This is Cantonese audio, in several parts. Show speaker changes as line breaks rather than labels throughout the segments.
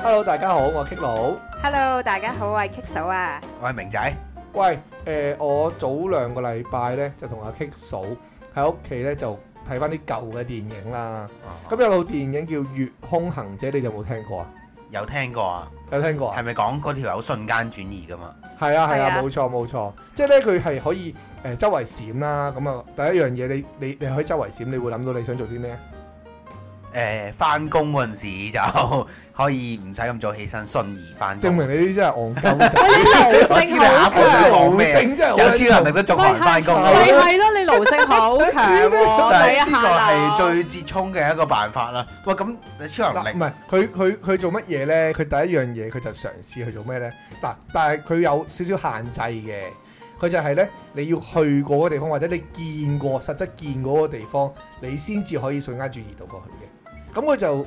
Hello，大家好，我係 Kick 佬。
Hello，大家好，我係 Kick 嫂啊。
我係明仔，
喂，誒、我早兩個禮拜咧就同阿 Kick 嫂喺屋企咧就睇翻啲舊嘅電影啦。咁有套電影叫《月空行者》，你有冇聽過啊？
有聽過啊？
有聽過啊
係？咪講嗰條友瞬間轉移噶嘛？
係啊係
係
啊，
啊
冇錯冇錯，即係咧佢係可以誒、周圍閃啦。咁啊，第一樣嘢你你你可以周圍閃，你會諗到你想做啲咩？
誒翻工嗰陣時就 可以唔使咁早起身，順移翻
證
工。
明你呢啲真 係戇鳩仔，
我知你下一步想講咩，
性真係好
有超能力都仲學人翻工
係
啊
係！
你係咯，你奴性好強喎，
但
睇
係
一
呢個
下啊
係最折衷嘅一個辦法啦。喂，咁你超能
嗱，唔
力
係佢佢佢做乜嘢咧？佢第一樣嘢佢就嘗試去做咩咧？嗱，但係佢有少少限制嘅。佢就係咧，你要去過嗰個地方，或者你見過實質見過嗰個地方，你先至可以瞬間轉移到過去嘅。咁佢就誒，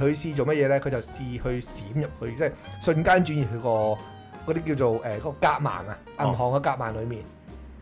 佢、試做乜嘢咧？佢就試去閃入去，即係瞬間轉移去個嗰啲叫做誒、呃嗰個夾萬啊，
哦
銀行嘅夾萬裡面。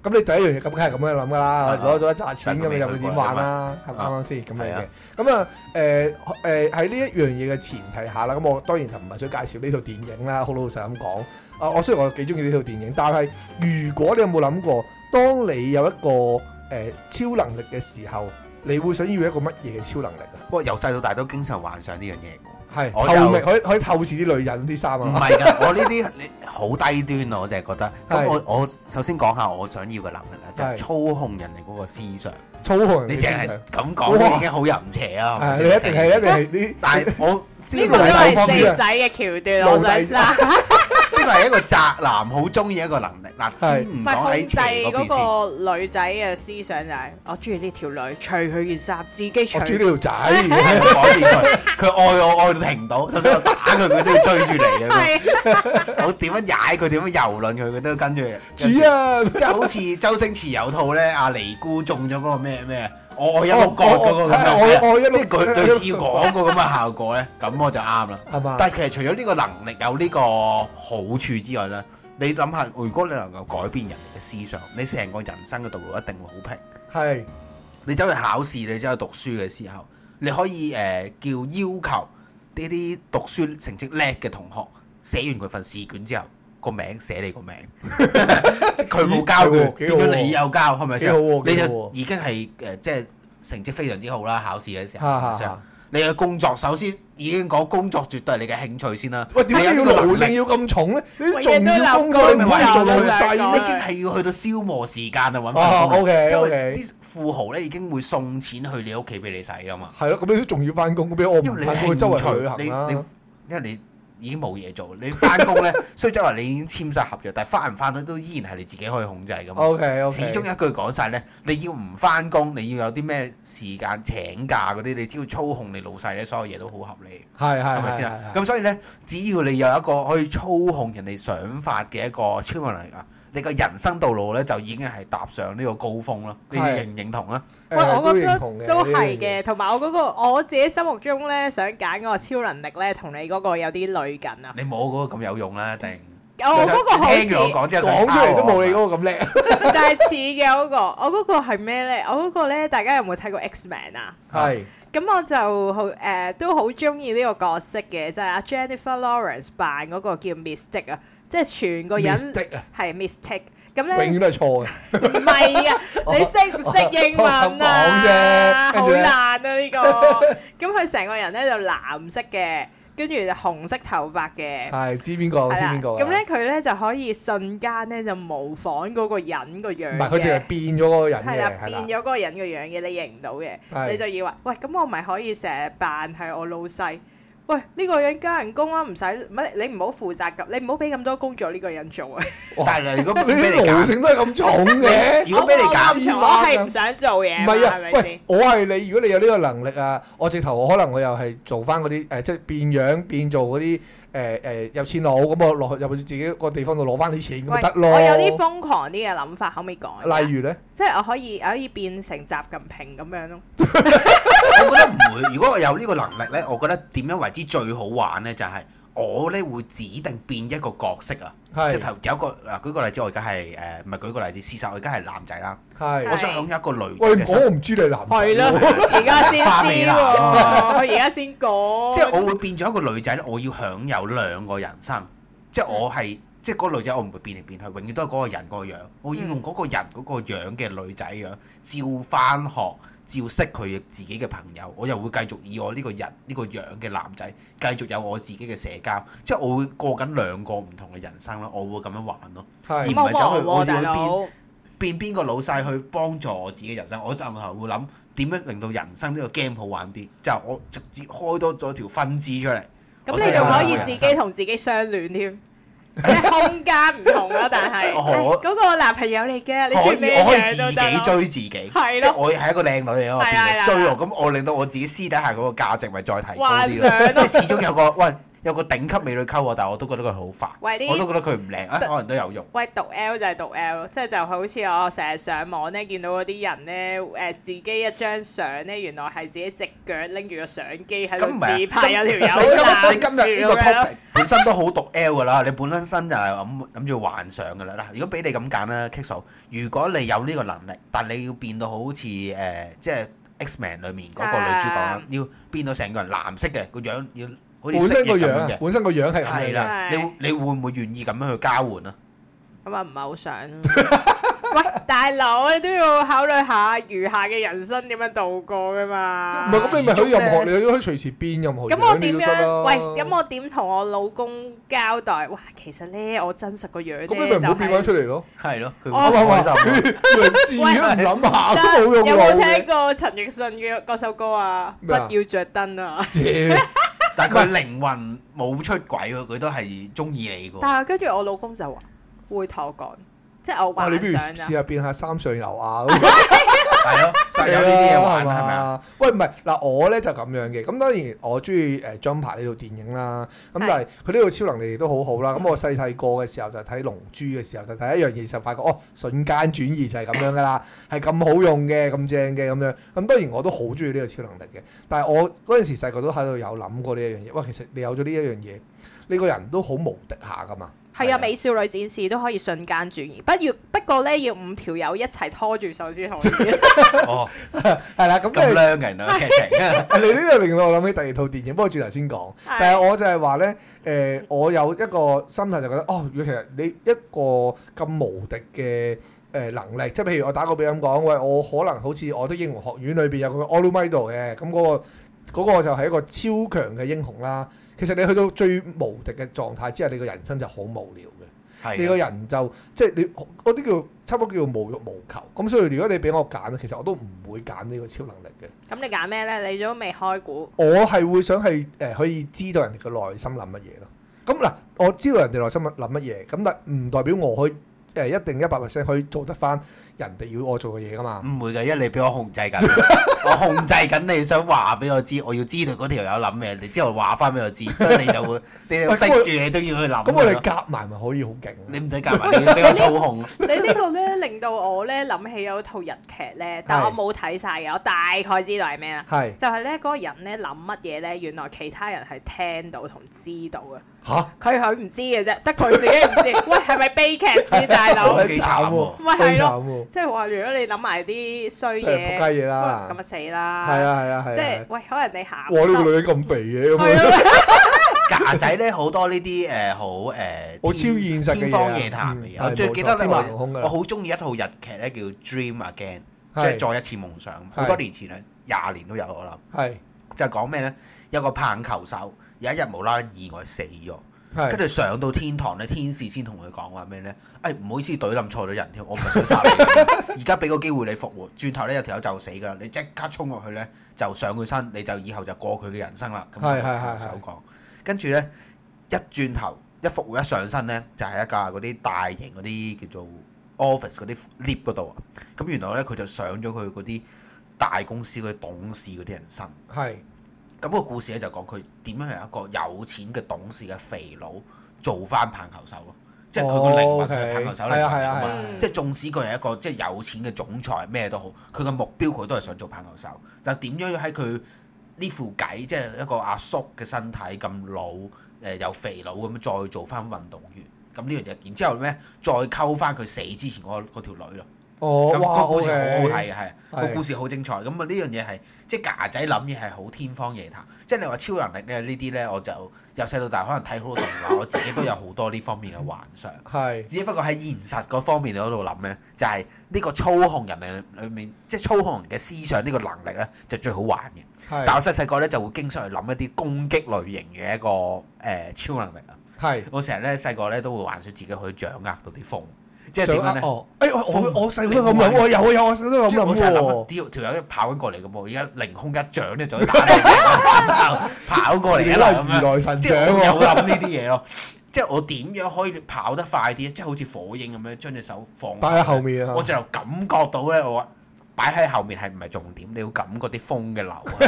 咁你第一樣嘢咁梗係咁樣諗噶啦，
係啊
攞咗一紮錢咁你就會點玩啦，係
但
咪
係
啱啱先咁樣
係
嘅
啊？
咁啊，誒誒喺呢一樣嘢嘅前提下啦，咁我當然就唔係想介紹呢套電影啦，好老實咁講。啊，我雖然我幾中意呢套電影，但係如果你有冇諗過，當你有一個誒、呃超能力嘅時候，你會想要一個乜嘢嘅超能力啊？
我由細到大都經常幻想呢樣嘢㗎。
係
我就嗯
透明，可以可以透視啲女人啲衫
唔
啊！
係㗎，我呢啲你好低端啊！我淨係覺得。
係
咁我我首先講下我想要嘅能力啦，就係
係
操控人哋嗰個思想。
操控人
你
哋
淨
嘅
係
思
咁
哇
講已經好淫邪啦，係
想，
咪
係
先
你一定係一定。
成件
係
事
啲
但係我呢
呢
個
個都
係某
係
方面，呢
四仔嘅橋段，我想知啊。
個係一個宅男好中意一個能力。嗱，
係
先唔
唔
講
係控
喺
制
邪嗰邊先。
嗰個女仔嘅思想就係，我中意呢條女，除佢件衫，自己除
我。中意呢條
我
仔，
改變佢，佢愛我愛到停唔到，就算我打佢，佢都要追住嚟嘅。
係
我點樣踩佢，點樣遊論佢，佢都要跟住。
主！啊！
即係好似周星馳有套咧，阿尼姑中咗嗰個咩咩，我愛一碌角嗰個咁
哦我我我我我一
樣，
碌
即係佢類似講個咁嘅效果咧，咁我就啱啦。
係嘛？
但係其實除咗呢個能力有呢個好處之外咧，你諗下，如果你能夠改變人哋嘅思想，你成個人生嘅道路一定會好平。
係
你走去考試，你走去讀書嘅時候，你可以誒、呃叫要求呢啲讀書成績叻嘅同學寫完佢份試卷之後，個名寫你個名，佢冇交
咦
過，
幾
變
好喎
咗你有交，係咪
幾
先
好喎？
你
幾好喎
就已經係誒、呃即係成績非常之好啦，考試嘅時候。
哈
係咪
哈
先
哈！
你嘅工作首先已經講工作絕對係你嘅興趣先啦。
喂，點解
你
要
有呢個
勞
能
性
力
要咁重咧？你啲
喂
重
人都
要
有
工作你唔
工
可以
作
做到
咪
話
細
有
咩
兩？
你已經係要去到消磨時間啊，揾
哦
份工
，OK，
因為
OK
啲富豪咧已經會送錢去你屋企俾你使噶嘛。
係咯，咁你都仲要翻工，咁俾我唔
因為
翻
你
工，周
興
圍
趣
旅行啦
你。你因為你已經冇嘢做，你翻工 咧，雖則話你已經簽晒合約，但係翻唔翻到都依然係你自己可以控制噶嘛。
O K O
始
K，
終一句講晒咧，你要唔翻工，你要有啲咩時間請假嗰啲，你只要操控你老細咧，所有嘢都好合理。
係係
係咪先啊？咁所以咧，只要你有一個可以操控人哋想法嘅一個超能力啊，你個人生道路咧就已經係踏上呢個高峰啦。你
係
認唔認同啊？
喂，我覺得都係
係嘅。
嘅，同埋我嗰個我自己心目中咧，想揀嗰個超能力咧，同你嗰個有啲類近啊。
你冇嗰個咁有用啦，一定。
我嗰個好
聽完
似
我。講之後想
講
抄
出
我
嚟都冇你嗰個咁叻。
但係似嘅嗰個，我嗰個係咩咧？我嗰個咧，大家有冇睇過 X-Man 啊？
係
咁我就好誒、都好中意呢個角色嘅，就係、阿 Jennifer Lawrence 扮嗰個叫 Mystic 啊，即係全個人
Mystic 啊
係 Mystic。咁
永遠
咧
都係錯嘅。
唔係 啊，你識唔識英文啊？
我我
好
我講啫跟住咧
難啊呢、個。咁佢成個人咧就藍色嘅，跟住就紅色頭髮嘅。
係知邊個？
係
啊知
啦，
邊個？啊
咁咧，佢咧就可以瞬間咧就模仿嗰個人個樣
唔係佢淨
嘅
係變咗嗰個人
係啦
嘅，，係
變
啦。
咗嗰個人嘅樣嘅，你認唔到嘅，
係
你就以為喂咁我咪可以成日扮係我老細。喂，呢個人加人工啊，唔使唔係你唔好負責咁，你唔好俾咁多工作呢個人做啊！
但係如果
你
俾
啲
你
奴
揀，
性都係咁重 嘅。
如果俾你
我
揀，
冇錯我係唔想做嘢
唔
啊嘛，
係啊
係，咪先
喂，？我係你，如果你有呢個能力啊，我直頭我可能我又係做翻嗰啲誒，即係變樣變做嗰啲誒誒有錢佬，咁我落去入去自己個地方度攞翻啲錢咁咪
喂
得，咯。
我有啲瘋狂啲嘅諗法，可唔可以講一下？
例如咧，
即係我可以，我可以變成習近平咁樣咯。
我覺得唔會。如果我有呢個能力咧，我覺得點樣為之最好玩咧，就係、我咧會指定變一個角色啊，
係
即係頭有一個嗱，舉個例子，我而家係誒唔係舉個例子，事實我而家係男仔啦，
係
我想擁有一個女
喂，
仔嘅
唔
身
講我唔知你係男仔
係啦
喎，
而家先
花
知
美
喎，
男
佢而家先講，
即係我會變咗一個女仔咧，我要享有兩個人生，即係我係即係嗰個女仔，我唔會變嚟變去，永遠都係嗰個人嗰個樣。我要用嗰個人嗰個樣嘅女仔樣，照翻學，照識佢自己嘅朋友，我又會繼續以我呢個人呢個樣嘅男仔，繼續有我自己嘅社交，即係我會過緊兩個唔同嘅人生咯，我會咁樣玩咯，而唔
係
咁好
係走
忙
去我
喎，
要
大
去邊。
佬。
變邊個老細去幫助我自己人生，我就係會諗點樣令到人生呢個 game 好玩啲，就係我直接開多咗條分支出嚟。
咁
我
你
真係
仲可
有
以
人
自己
生
同自己相戀添，即係空間唔同啦，但係
我
唉嗰個男朋友嚟嘅，你
可
中
以
意咩
我可以
樣
自
都得
己
咯
追自己，
係咯
即係我係一個靚女嚟咯，我
係啊
變
啦係啦
咗追我，咁我令到我自己私底下嗰個價值咪再提高啲
幻想
咯。
咯
即係始終有個喂有個頂級美女溝我，但係我都覺得佢好
喂呢
煩，我都覺得佢唔靚，啊可能都有用。
喂，讀 L 就係讀 L，即係就好似我成日上網咧，見到嗰啲人咧，誒、自己一張相咧，原來係自己隻腳拎住個相機喺度
咁唔係啊
自拍，有
你
條友攬
今你
住
今日呢個
咁樣
topic 本身都好讀 L 噶啦，你本身就係諗諗住幻想噶啦。嗱，如果俾你咁揀啦，Kiko，如果你有呢個能力，但你要變到好似誒、呃即係 X-Men 裡面嗰個女主角啦
啊，
要變到成個人藍色嘅個樣，要好似
本
蜥
身個
蜴咁
樣
樣
啊
嘅，，
本身個樣係咁樣
係
嘅
啦，你會你會唔會願意咁樣去交換啊？
咁啊，唔係好想咯。 喂，大佬，你都要考慮下餘下嘅人生點樣度過噶嘛
唔？係咁，你咪去
始終呢
任何，你都可以隨時變任何
咁
樣
我
你
點
都得
樣？
啦。
喂，咁我點同我老公交代？哇，其實咧，我真實個樣咧就
咁你咪唔好變
係
翻出嚟 咯。
係咯，佢
我
好開心 啊。
自己都唔諗下啊都冇用
有冇
腦
聽
嘅。
過陳奕迅嘅嗰首歌啊？不
咩啊
要着燈啊！
但係佢靈魂冇出軌喎，佢都係中意 你嘅喎。
但係跟住我老公就話會同我講，即係我
哇！
幻
你不如
想啊
試
咋。
下變下三上游啊！
係啊咯，就有呢啲嘢玩啦，係咪啊？？
喂，唔係嗱，我咧就咁樣嘅。咁當然我中意誒《張牌》呢套電影啦。咁
係
但係佢呢套超能力亦都好好啦。咁我細細個嘅時候就睇《龍珠》嘅時候就睇一樣嘢，就發覺哦，瞬間轉移就係咁樣噶啦，係咁好用嘅，咁正嘅咁樣。咁當然我都好中意呢個超能力嘅。但係我嗰陣時細個都喺度有諗過呢一樣嘢。喂，其實你有咗呢一樣嘢，你個人都好無敵下噶嘛。
係
係
啊，
啊
美少女戰士都可以瞬間轉移，不要不過咧要五條友一齊拖住手 先可以。
啊
哦，
係啦，咁
咁
你
靚人啊劇情。
啊你呢度令到我諗起第二套電影，不過轉頭先講。但係我就係話咧，誒、我有一個心態就覺得，哦，如果其實你一個咁無敵嘅誒、能力，即係譬如我打個比咁講，喂，我可能好似我啲英雄學院裏邊有個哦 All Might 嘅，咁嗰、個嗰、個就係一個超強嘅英雄啦。其實你去到最無敵嘅狀態之下，你個人生就好無聊嘅。
係啊
你個人就即係你嗰啲叫差唔多叫無欲無求。咁所以如果你俾我揀，其實我都唔會揀呢個超能力嘅。
咁你揀咩咧？你都未開估，
我係會想係誒、呃可以知道人哋嘅內心諗乜嘢咯。咁嗱，我知道人哋內心諗乜嘢，咁但唔代表我可以誒、呃一定一百 percent 可以做得翻人哋要我做嘅嘢噶嘛。
唔會嘅，因為你俾我控制緊， 我控制緊你想話俾我知，我要知道嗰條友諗咩，你之後話翻俾我知，所以你就會你就逼住你都要去諗。
咁我哋夾埋咪可以好勁咯。
你唔使夾埋，你要俾我操控。
你呢個咧令到我咧諗起有套日劇咧，但
係
我冇睇晒嘅，我大概知道係咩啦。
係
就係咧嗰個人咧諗乜嘢咧，原來其他人係聽到同知道嘅。
嚇，
佢佢唔知嘅啫，得佢自己唔 知。喂，係咪悲劇先，大佬
好？
係
幾慘
咪
喎，好
係
慘
咯
喎，
即係話，如果你諗埋啲衰
真係
嘢，
仆街嘢
喂
啦。
咁啊死啦！
係，啊係啊係啊
即係
係啊！
喂，可能你鹹
哇！呢個女
濕，
人咁肥嘅咁
係
樣，
啊，
架仔咧好多呢啲誒好
好
誒，
超現實嘅嘢啊
天方夜譚嚟
嗯
嘅。我最記得咧，
係冇錯天馬行空㗎
我
啦
我好中意一套日劇咧，叫《Dream Again》，即
係
係再一次夢想。好多年前啦，廿年都有我諗，
係
就係講咩咧？有個棒球手有一日無啦啦意外死咗。
係
跟住上到天堂咧，天使先同佢講話咩咧？誒唔好意思，懟冧錯咗人添，我唔 係想殺你，而家俾個機會你復活，轉頭咧有條友就死㗎啦，你即刻衝落去咧就上佢身，你就以後就過佢嘅人生啦。咁
係係係
手講，跟住咧一轉頭一復活一上身咧，就係、一架嗰啲大型嗰啲叫做 office 嗰啲 lift 嗰度啊。咁原來咧佢就上咗佢嗰啲大公司嗰啲董事嗰啲人身。
係
咁個故事咧就講佢點樣係一個有錢嘅董事嘅肥佬做翻棒球手咯，即係佢個靈魂係棒球手嚟
係啊
㗎
係啊
嘛
係
啊
啊
即係縱使佢係一個即係有錢嘅總裁咩都好，佢嘅目標佢都係想做棒球手，但係點樣喺佢呢副計，即係一個阿叔嘅身體咁老，誒由肥佬咁樣再做翻運動員。咁呢樣嘢，然之後咧，再溝翻佢死之前嗰嗰條女咯。
哦，
咁
哇
個故事好好
OK，
睇嘅，係個
係
故事好精彩。咁啊呢樣嘢係即係架仔諗嘢係好天方夜譚。即係你話超能力咧呢啲咧，我就由細到大可能睇好多動畫，我自己都有好多呢方面嘅幻想。
係
只不過喺現實嗰方面嗰度諗咧，就係、呢個操控人嘅裏面，即係操控人嘅思想呢個能力咧，就最好玩嘅。但
係
我細細個咧就會經常去諗一啲攻擊類型嘅一個誒、呃超能力啊。
係。
我成日咧細個咧都會幻想自己去掌握到啲風，即係
想
點樣咧？
哦，誒我我我細個
你
都咁
冇玩
諗，我有啊有啊，我細個都咁
即係我成日諗
諗
啊，屌條友跑緊過嚟嘅喎，而家凌空一掌咧就可以打你 嘅跑過
喎，
嚟
你
啊
都
啦
係
咁樣。
如來神
即
掌
係我有
喎，
諗呢啲嘢咯。即係我點樣可以跑得快啲？即係好似火影咁樣將隻手 放
擺喺後面啊
我，就感覺到咧，我話擺喺後面係唔係重點？你要感覺啲風嘅流 啊，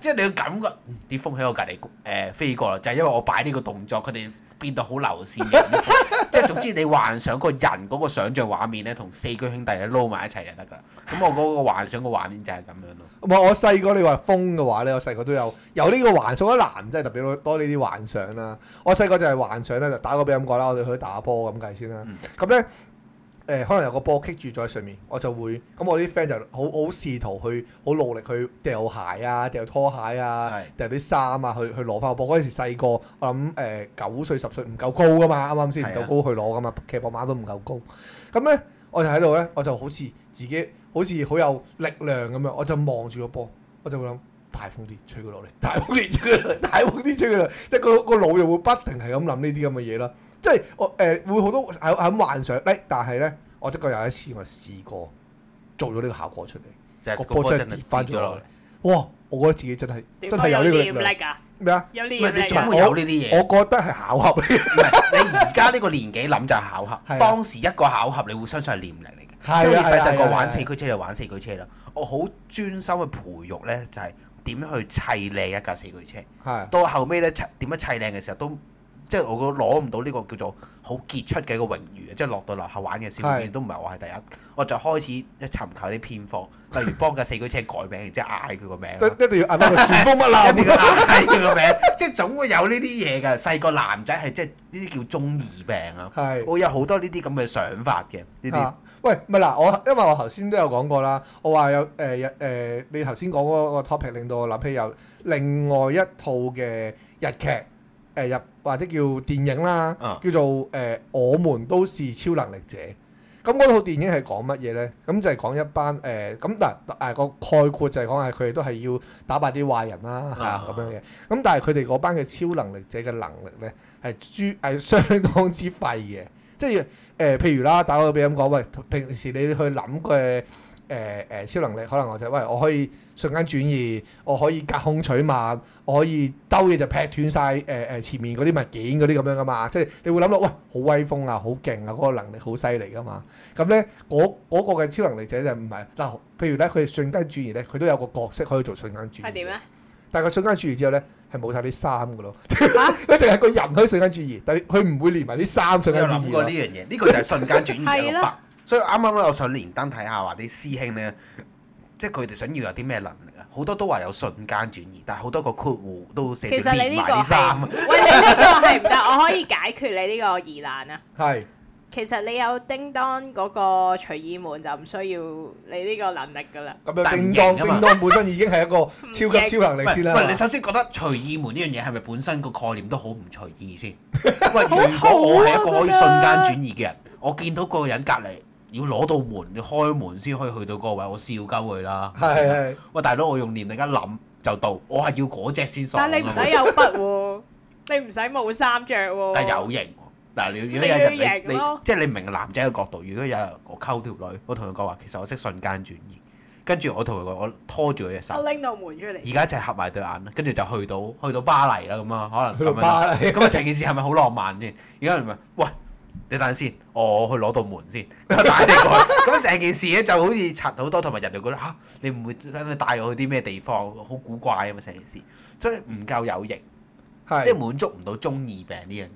即係你要感覺嗯啲風喺我隔離誒飛過啦，就係、因為我擺呢個動作，佢哋變到好流線嘅。 即係總之，你幻想個人嗰個想像畫面咧，同四驅兄弟咧撈埋一齊就得㗎啦。咁我嗰個幻想個畫面就係咁樣咯。
唔係我細個你話風嘅話咧，我細個都有有呢個幻想，我覺得男真係特別多多呢啲幻想啦。我細個就係幻想咧，就打個比咁講啦，我哋去打波咁計先啦
嗯。
咁咧誒，可能有個波棘住咗喺上面，我就會咁我啲 friend 就好好試圖去好努力去掉鞋啊、掉拖鞋啊
係、
掉啲衫啊，去去攞翻個波。嗰陣時細個，我諗誒九歲十歲唔夠高噶嘛，啱啱先唔
係啊
夠高去攞噶嘛，騎膊馬都唔夠高。咁咧我就喺度咧，我就好似自己好似好有力量咁樣，我就望住個波，我就會諗大風啲吹佢落嚟， 大風啲吹佢落嚟， 大風啲吹佢落嚟，即係個個腦就會不停係咁諗呢啲咁嘅嘢啦。即係我誒、會好多係係咁幻想，誒但係咧，我的確有一次我試過做咗呢個效果出嚟，
就係
個
個
波
波
真
真
係
係
跌
跌
翻咗
咗
落
落
嚟
嚟。
哇！我覺得自己真係真係有呢個力量
啊，
咩啊？
有
唔係你總
啊
會有呢啲嘢。
我覺得係巧合嚟，
唔係你而家呢個年紀諗就係巧合
係啊，
當時一個巧合你會相信係念力嚟
係啊
嘅，即係好似細細
係啊係
個
啊
玩四驅車就玩四驅車啦。我好專心去培育呢，就係點樣去砌靚一架四驅車。
係
到後尾呢，砌點樣砌靚嘅時候都。即係我攞唔到呢個叫做好傑出嘅一個榮譽，啊即係落到樓下玩嘅小
係
圈都唔係我係第一，我就開始一尋求啲 偏方，例如幫架四驅車改名，然之後嗌佢個名啦。
一一定要嗌翻個旋風乜啦
一定要嗌佢個名，即係總會有呢啲嘢㗎。細個男仔係即係呢啲叫中二病啊。
係。
我有好多呢啲咁嘅想法嘅呢啲
啊喂，唔係嗱，我因為我頭先都有講過啦，我話有誒有誒，你頭先講嗰個 topic 令到我諗起有另外一套嘅日劇誒、日或者叫電影啦，
啊
叫做誒、我們都是超能力者。咁嗰套電影係講乜嘢咧？咁就係講一班誒咁嗱誒個概括就係講係佢哋都係要打敗啲壞人啦嚇
啊
咁樣嘅。咁但係佢哋嗰班嘅超能力者嘅能力咧係諸 係相當之廢嘅，即係誒、呃譬如啦，打個比咁講，喂，平時你去諗呃嘅誒誒超能力，可能我就喂我可以瞬間轉移，我可以隔空取物，我可以兜嘢就劈斷晒誒誒前面嗰啲物件嗰啲咁樣噶嘛，即係你會諗到喂好威風啊，好勁啊，嗰、個能力好犀利噶嘛。咁咧嗰嗰個嘅超能力者就唔係嗱，譬如咧佢哋瞬間轉移咧，佢都有個角色可以做瞬間轉移。
係
啊
點咧？
但係佢瞬間轉移之後咧，係冇晒啲衫噶咯， 佢淨係個人可以瞬間轉移，但係佢唔會連埋啲衫瞬
我有
間轉
諗
移
過
咯
呢。樣嘢，呢個就係瞬間轉移嘅
係
六
啦
百。所以啱啱咧，我上連登睇下話啲師兄咧，即係佢哋想要有啲咩能力啊？好多都話有瞬間轉移，但係好多個括弧都寫
其
住
實
連
你呢
埋
個
啲衫
係，喂，你呢個係唔得，我可以解決你呢個疑難啊。
係
其實你有叮當嗰個隨意門就唔需要你呢個能力㗎啦。
咁樣，
但
叮
唔
當
型啊嘛
叮當本身已經係一個超級
型
超能
喂
力先啦。
喂，你首先覺得隨意門呢樣嘢係咪本身個概念都好唔隨 意先？喂，如果我係一個可以瞬間轉移嘅
啊
人，我見到個人隔離要攞到門要開門先可以去到嗰個位，我笑鳩佢啦。
係係
喂，大佬，我用念力一諗就到，我係要嗰只先爽啊
但係你唔
嘛。
使有筆喎，你唔使冇衫着喎。
但係有型喎。嗱，你如果
你
有
要
人你
型
你
咯
即係你唔明男仔嘅角度，如果有人我溝條女，我同佢講話，其實我識瞬間轉移，跟住我同佢講，我拖住佢隻手
我。拎到門出嚟
而。家就係合埋對眼啦，跟住就去到去到巴黎啦咁啊，可能
去到
咁樣啦
巴黎
咁啊成件事係咪好浪漫先？而家唔係，喂，你等陣先，我去攞到門先，帶你 過去。咁成件事咧就好似拆好多，同埋人哋覺得吓、你唔會真係帶我去啲咩地方，好古怪啊嘛成件事，所以唔夠有型，
係，
即係滿足唔到中二病呢樣嘢。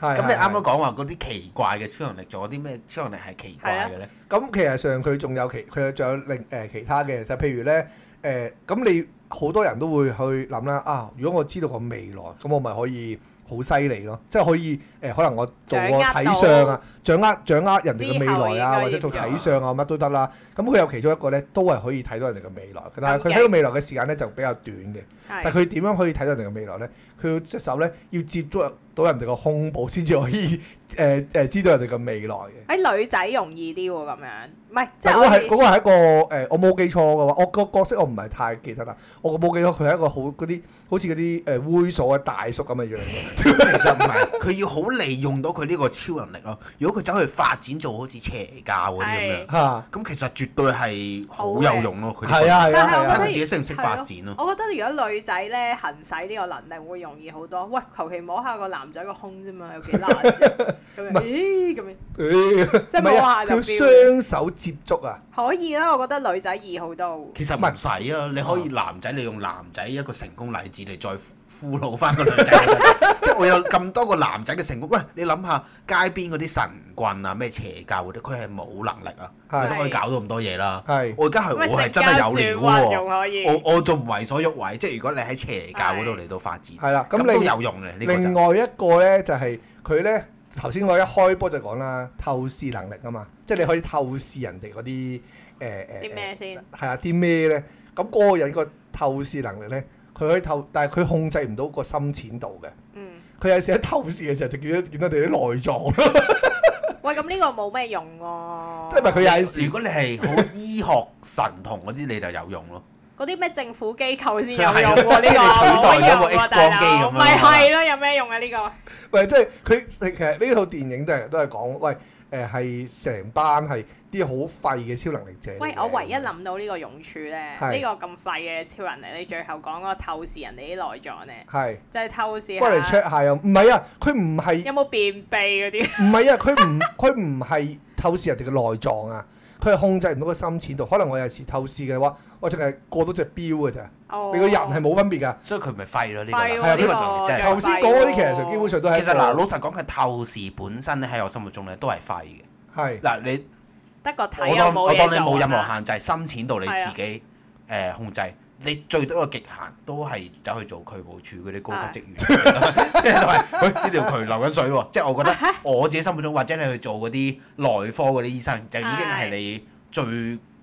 係
咁你啱啱
係
講話嗰啲奇怪嘅超能力，仲有啲咩超能力係奇怪
啊
嘅咧？
呃咁其實上佢仲有其佢仲有另誒、其他嘅，就譬如咧誒咁你好多人都會去諗啦。啊，如果我知道個未來，咁我咪可以好犀利咯，即係可以誒、呃可能我做個睇相啊，掌握掌握人哋嘅未來
之後應
啊，
該
或者做
點樣
睇相啊，乜都得啦。咁佢有其中一個咧，都係可以睇到人哋嘅未來，但係佢睇到未來嘅時間咧就比較短嘅。但係
係
佢點樣可以睇到人哋嘅未來咧？佢要隻手咧要接觸到人哋個胸部先至可以 誒誒、知道人哋嘅未來嘅。
喺女仔容易啲喎，咁樣唔係即
但
係
嗰個
我
係嗰個
哋
係一個誒、我冇記錯嘅話，我個角色我唔係太記得啦。我冇記錯，佢係一個好嗰啲好似嗰啲誒猥瑣嘅大叔咁嘅樣 嘅。
其實唔係，佢要好利用到佢呢個超能力咯。如果佢走去發展做好似邪教嗰啲咁樣
係，
嚇，
咁其實絕對係好有用咯。佢呢個
係啊係
但
啊
係
係
我覺
睇
得
佢
啊！
自己識唔識發展咯。
我覺得如果女仔咧行使呢個能力會容易好多。喂，求其摸下個男仔個胸啫嘛，有幾難 啫？咁樣，咦咁樣
誒
即係
唔係啊
冇話就
叫雙手接觸啊！
可以啦，我覺得女仔易好多。
其實唔使啊，
哦
你可以男仔你用男仔一個成功例子嚟再俘虜翻個女仔， 即係我有咁多個男仔嘅成功。喂，你諗下街邊嗰啲神棍啊、咩邪教嗰啲，佢係冇能力啊，
係
佢都可以搞到咁多嘢啦。
係
我而家係
喂，
我係
成
真
家
係有
轉
料
運用
喎，
可以。
我我仲唔為所欲為，即係如果你喺邪教嗰度嚟到發展，
係啦，
咁
咁
都
你
有用嘅呢個
另
就
外一個咧就係佢咧頭先我一開波就講啦，透視能力啊嘛，即係你可以透視人哋嗰啲誒誒
啲咩先？
係啊啲咩咧？咁嗰個人個透視能力咧，佢可以透，但係佢控制唔到個深淺度嘅。
嗯，
佢有時喺透視嘅時候就見到見到你啲內臟咯，
喂，咁呢個冇咩用喎。
哦
即係咪佢有陣時
如果你係好醫學神童嗰啲，你就有用咯。
嗰啲咩政府機構先有
啊
用喎？呢個
係啊取代咗部
冇用喎
X
大
光機咁
佬
樣
咪係咯？有咩用啊？呢個
喂，即係佢其實呢套電影都係都係講喂誒係成班係啲好廢嘅超能力者嚟嘅。
喂，我唯一諗到呢個用處咧，
係
呢個咁廢嘅超能力，你最後講嗰個透視人哋啲內臟咧，
係
就係啊透視
幫嚟
下
check 下又唔係啊，佢唔係。
有冇便秘嗰啲。
唔係啊，佢唔佢唔係透視人哋嘅內臟啊，佢係控制唔到個深淺度。可能我有時透視嘅話，我淨係過到隻錶嘅咋，
哦
你個人係冇分別㗎。
所以佢咪廢咯呢
廢
個
喎
啦，呢
呢
個
個
就真係啊
又
頭
廢。
先講嗰啲其實上基本上都係一
哦其實嗱，
個
老實講，佢透視本身咧喺我心目中咧都係廢嘅。
係
嗱，你
得個睇
我
又
當
冇
我
嘢
當你冇
做啊啊
任
嘛
何限制，深淺度你自己誒控制。你最多個極限都係走去做渠務處嗰啲高級職員，
啊
即係話，喂呢條渠流緊水喎，即係我覺得我自己心目中，或者你去做嗰啲內科嗰啲醫生，就已經係你最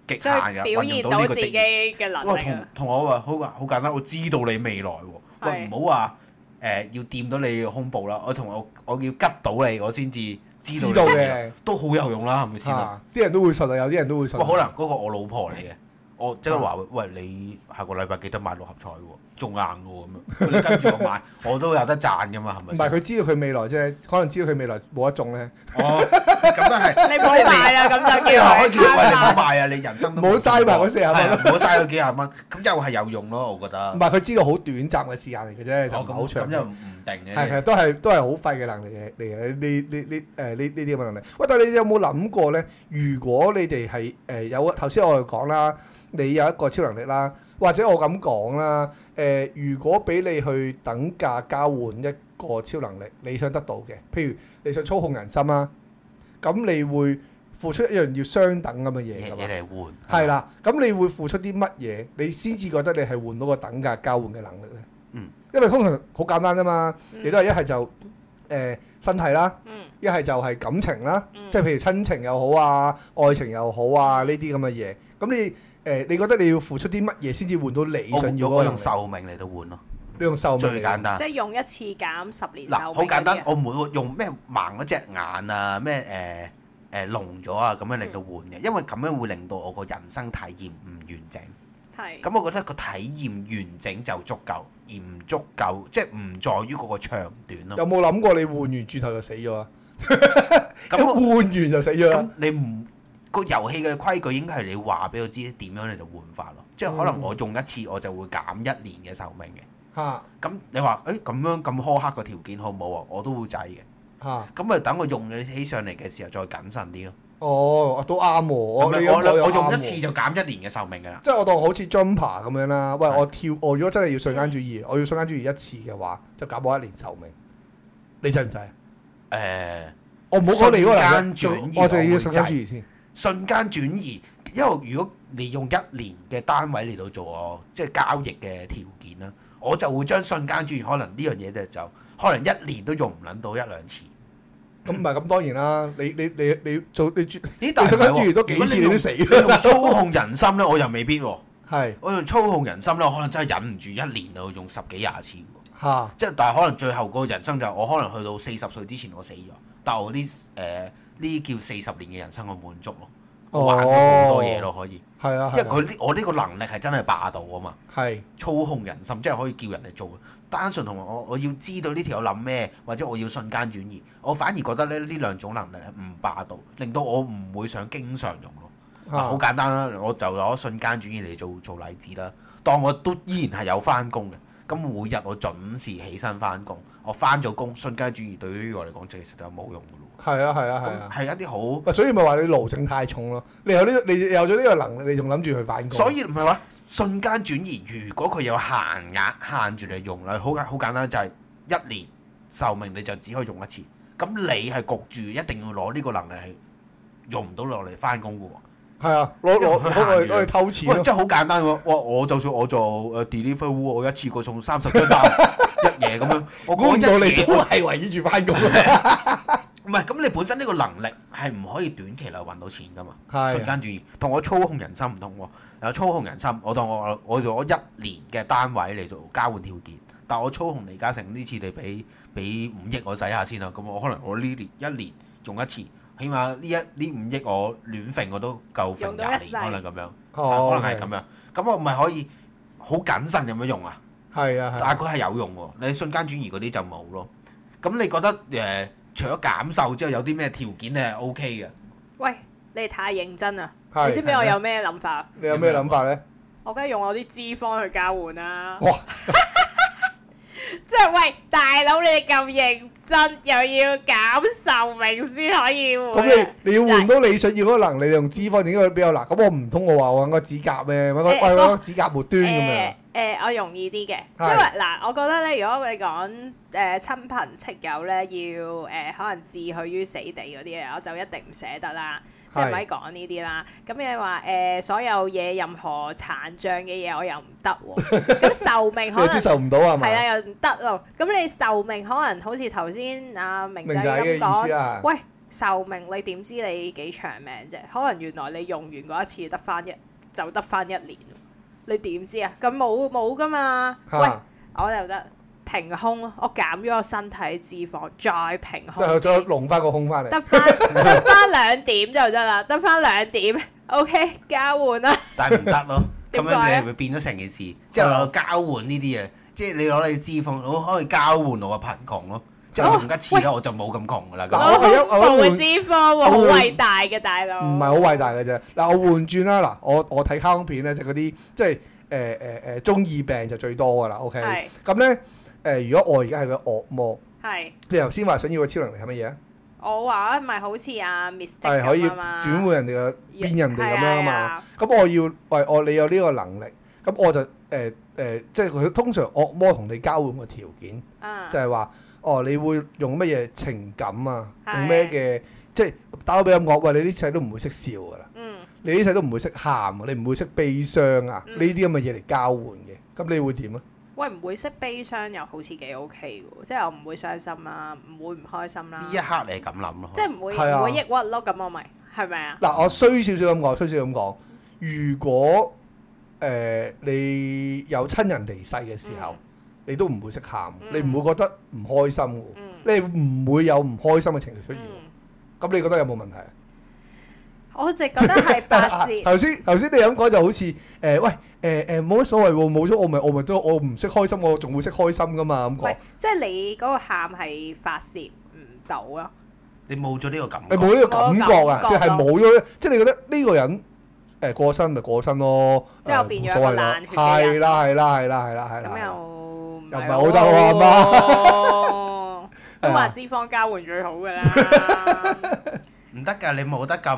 極限
將
嘅
表
運用
現
到
到
呢個
自
職
己
業。
嘅能
喂，
力
同
啊！
同我話好簡好簡單，我知道你未來喎。喂，
係
唔好話誒要掂到你嘅胸部啦，我同我我要吉到你，我先至知道
知
你
道
未來，
嘅
都好有用啦，係咪先啊？
嚇，啲人都會信啊，有啲人都會信
喂，。可能嗰個我老婆嚟嘅，我即刻話
啊
喂你下個禮拜記得買六合彩喎，中硬嘅喎咁樣，你跟住我 買，我都有得賺嘅嘛，係
唔
咪
係
先？
佢知道佢未來啫，可能知道佢未來冇得中咧，
哦，咁都係，
你冇賣啦，咁就
你
叫
話可以叫佢喂你唔好
佢
賣啊，你人生都
唔好嘥埋嗰四十蚊
係啊唔好嘥嗰幾廿蚊，咁又係有用咯，我覺
唔係
得。
佢知道好短暫嘅時間嚟嘅啫，就
哦
唔係好
咁
長
咁
嘅。
又唔定
係
嘅
其。實都係都係好廢嘅能力嚟嘅，呢呢呢誒呢呢啲咁嘅能力。喂，但係你有冇諗過咧？如果你哋係誒有頭先我哋講啦，你有一個超能力啦，或者我咁講啦，誒、如果俾你去等價交換一個超能力，你想得到嘅，譬如你想操控人心啦，咁你會付出一樣要相等咁嘅嘢
嘢
㗎
嘢
嘛？
嚟換。
係。啦，咁你會付出啲乜嘢，你先至覺得你係換到個等價交換嘅能力咧？
嗯，
因為通常好簡單啫嘛。你都
係
係一係就誒、呃身體啦，
嗯
一係就係感情啦，
嗯
即係譬如親情又好啊、愛情又好啊呢啲咁嘅嘢。咁你誒、呃你覺得你要付出啲乜嘢先至換到你
我
想要
用
嗰
我
個
用
能力？
壽命嚟到換咯，
你用壽命
最簡單
即。係用一次減十年壽命
嗱，好簡單
嗰啲，啊
我唔會用咩盲嗰隻眼啊，咩誒誒聾咗啊咁樣
嗯
嚟到換嘅，因為咁樣會令到我個人生體驗唔完整。
係
咁我覺得個體驗完整就足夠，而唔足夠即係唔在於嗰個長短咯。
有冇諗過你換完轉頭就死咗啊？咁
咁我
換完就死咗啊啦
咁。你唔個遊戲嘅規矩應該係你話俾我知點樣嚟到換法咯，即係可能我
嗯
用一次我就會減一年嘅壽命嘅。
嚇
咁你話誒咁樣咁苛刻個條件好唔好啊？我都會制嘅。
嚇
咁咪等我用起上嚟嘅時候再謹慎啲咯。
哦，都啱喎。我
係咪
你
我
咁講又
我用
啱
一
喎
次就減一年嘅壽命㗎啦。
即係我當好似 jumper 咁樣啦，喂，
係
我跳，我如果真係要瞬間主義，我要瞬間主義一次嘅話，就減我一年壽命，你制唔制啊？
誒、
我唔好講你嗰個能力
瞬間轉移
我就要瞬間
我會
主
制
義先。
瞬間轉移，因為如果你用一年嘅單位嚟到做我即係交易嘅條件啦，我就會將瞬間轉移可能呢樣嘢就就可能一年都用唔撚到一兩次。
咁唔係咁當然啦，你你你你做你轉
咦？但係
瞬間轉移
如
多幾次你都死
你用操控人心咧，我又未必喎。
係
我用操控人心咧，我可能真係忍唔住一年就用十幾廿次喎。
嚇
即係但係可能最後個人生就係我可能去到四十歲之前我死咗，但係我呢誒呢叫四十年嘅人生我滿足咯，我玩咗好多嘢咯，可以，
係啊，
因為佢呢我呢個能力係真係霸道啊嘛，
係
操控人心，即係可以叫人嚟做，單純同埋我我要知道呢條友諗咩，或者我要瞬間轉移，我反而覺得咧呢兩種能力係唔霸道，令到我唔會想經常用咯。嗱，好
啊
簡單啦，我就攞瞬間轉移嚟做做例子啦。當我都依然係有翻工嘅，咁每日我準時起身翻工，我翻咗工，瞬間轉移對於我嚟講其實就冇用噶
係啊係啊係
咯。咁
啊，
係一啲好，
喂所以咪話你勞政太重咯。你有呢你有咗呢個能力，你仲諗住去反攻？
所以唔係話瞬間轉移，如果佢有限額限住你用啦，好簡好簡單就係一年壽命你就只可以用一次。咁你係焗住一定要攞呢個能力係用唔到落嚟翻工嘅喎。
係啊，攞
因為
攞
佢限
攞
住
攞去偷錢
喂，
咯。
真係好簡單喎！哇，我就算我做誒 deliver 我一次過送三 十張單一夜咁樣，我
估
講
唔
一
到你啊
夜
都係圍繞住翻工咯。
唔係咁，你本身呢個能力係唔可以短期內揾到錢噶嘛？
係啊
瞬間轉移，同我操控人心唔同喎。有操控人心，我當我我用咗一年嘅單位嚟做交換條件，但我操控李嘉誠呢次你俾俾五億我使下先啦，咁我可能我呢年一年用一次，起碼呢一呢五億我亂揈我都夠揈
用到
廿
一
年
世
可能咁樣。啊
哦
可能係咁樣。咁我咪可以好謹慎咁樣用啊？
係啊，係
但
啊
係佢係有用喎，你瞬間轉移嗰啲就冇咯。咁你覺得誒、呃除咗減瘦之後，有啲咩條件你係 O K 嘅？
喂，你哋太認真啦！
係啊
你知唔知我有咩諗法？
你有咩諗法咧？
我梗係用我啲脂肪去交換啦。
哇！
即係喂，大佬你哋咁認真，又要減壽命先可以換。
咁你你要換到你想要嗰個能力，你用脂肪應該比較難。咁我唔通我話我揾個指甲咩？揾個
誒
揾
個
個指甲末端咁樣
誒。誒，我容易啲嘅，
係
即係話嗱，我覺得咧，如果你講誒親朋戚友咧，要誒可能置佢於死地嗰啲嘢，我就一定唔捨得啦。即係唔
係
可以講呢啲啦。咁你話誒所有嘢任何殘障嘅嘢我又唔得 喎。咁壽命
你又
可
接
能
受唔到啊係
係啦
咪？
又唔得咯。咁你壽命可能好似頭先阿明仔
明仔嘅
咁
意思啊
講，
啦。
喂壽命你點知你幾長命啫？可能原來你用完嗰一次得翻一就得翻一年，你點知啊？咁冇冇噶嘛？
嚇
喂，我就得平空咯，我減咗個身體脂肪，再平
即
空
係
啲。
再弄翻個空翻嚟。
得翻得翻兩點就得啦，得翻兩點，OK 交換 啦。
但係唔得咯，咁
點解
樣
咧
你係咪變咗成件事？之後有交換呢啲嘢，即係你攞你脂肪，我可以交換我嘅貧窮咯。即
哦
係我用一次咧，我就冇咁窮噶啦。
嗱
咁
我係一
好
我
恐
一
怖
換
嘅脂肪喎，好
我換
偉大嘅大佬。
唔係好偉大嘅啫。嗱，我換轉啦，嗱，我我睇卡通片咧，就嗰啲即係誒誒誒中二病就最多噶啦。OK，
係
咁咧誒，如果我而家係個惡魔，
係，
你頭先話想要個超能力係乜嘢啊？
我話咪好似阿 Mr.
係可以
咁啊嘛
轉換人哋嘅變人哋咁樣啊
係
嘛。。咁我要喂我你有呢個能力，咁我就誒誒、呃呃即係佢通常惡魔同你交換個條件，
啊
就係話哦，你會用乜嘢情感啊，
係
用咩嘅，即係打個比咁講，喂，你呢世都唔會識笑噶啦。
嗯，
你呢世都唔會識喊啊，你唔會識悲傷啊，呢
嗯
啲咁嘅嘢嚟交換嘅，咁你會點啊？
喂，唔會識悲傷又好似幾 OK 嘅喎，即係我唔會傷心啦，唔會唔開心 啦
呢，一刻你係咁諗咯，
即係唔會
係啊
唔會抑鬱咯。咁我咪係咪啊？
嗱，我衰少少咁講，衰少少咁講，如果誒、呃你有親人離世嘅時候，
嗯
你都唔會識喊，
嗯
你唔會覺得唔開心嘅喎，
嗯
你唔會有唔開心嘅情緒出現喎。
嗯，
咁、你覺得有冇問題啊？。
我直覺得係發 泄
頭先頭先你咁講就好似誒、呃喂誒誒冇乜所謂喎，冇咗我咪我咪都我唔識開心，我仲會識開心噶嘛咁講
喂。，即係你嗰個喊係發泄唔到咯，
你冇咗呢個感
你
覺。
冇呢個感覺啊，
冇
即
感覺
係冇咗，即係你覺得呢個人誒過身咪過身咯，
即係
誒
變咗
冇所謂
一個
啦
冷血嘅人
係啦係啦係啦係啦係
咁
啦，
又唔
又唔係好得喎阿
喎。
係啊 啊
都話脂肪交換最好㗎啦，
唔得㗎，你冇得咁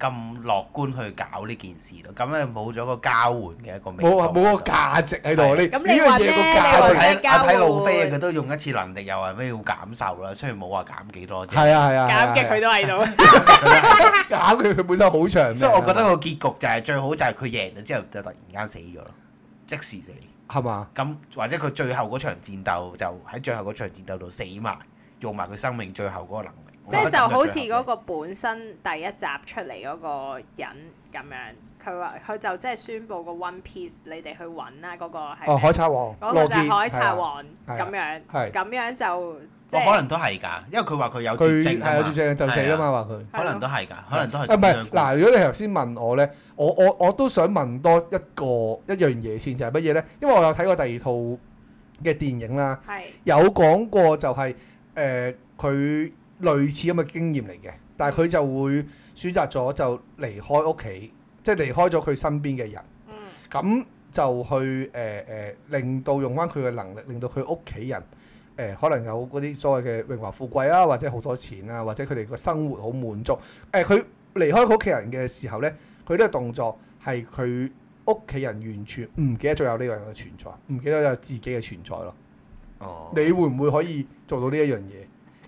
咁樂觀去搞呢件事咯，咁咧冇咗個交換嘅一個味道。
冇啊冇個價值喺度，
係
你
咁
呢
你
樣
話
嘢個
啫
我
價
你
值
話
睇
交
我睇
換
路飛，啊佢都用一次能力，又話咩要減壽啦，雖然冇話減幾多啫，
係啊係啊，
減極佢
都
都喺度。
搞佢，佢本身好長命啊
所以我覺得個結局就係最好就係佢贏咗之後就突然間死咗咯，即時死。
係嘛？
咁或者佢最後嗰場戰鬥就喺最後嗰場戰鬥度死埋，用埋佢生命最後嗰個能力。
即係就好似嗰個本身第一集出嚟嗰個人咁樣，佢話佢就即係宣布個 One Piece，你哋去揾啦，嗰個係
哦，海
咩
賊王，
嗰個就
洛基
係海賊，
係啊
王
係啊
咁樣，
係哦
咁樣就即
哦我可
係
能都係㗎，因為佢話佢有絕
佢
症
係
啊
有
嘛
絕症就死啦嘛，話佢。
啊
可能都係㗎，可能都係
啊，唔
咁樣
係
嘅故事。
嗱，如果你頭先問我咧，我我我都想問多一個一樣嘢先，就係乜嘢咧？因為我有睇過第二套嘅電影啦，
係
有講過就係誒佢類似咁嘅經驗嚟嘅，但係佢就會選擇咗就離開屋企，即係離開咗佢身邊嘅人，
嗯
咁就去誒誒、呃令到用翻佢嘅能力，令到佢屋企人。誒、可能有嗰啲所謂嘅榮華富貴啊，或者好多錢啊，或者佢哋個生活好滿足。誒、呃佢離開佢屋企人嘅時候咧，佢呢個動作係佢屋企人完全唔記得咗有呢個人嘅存在，唔記得有自己嘅存在咯。
哦，
你會唔會可以做到呢一樣嘢？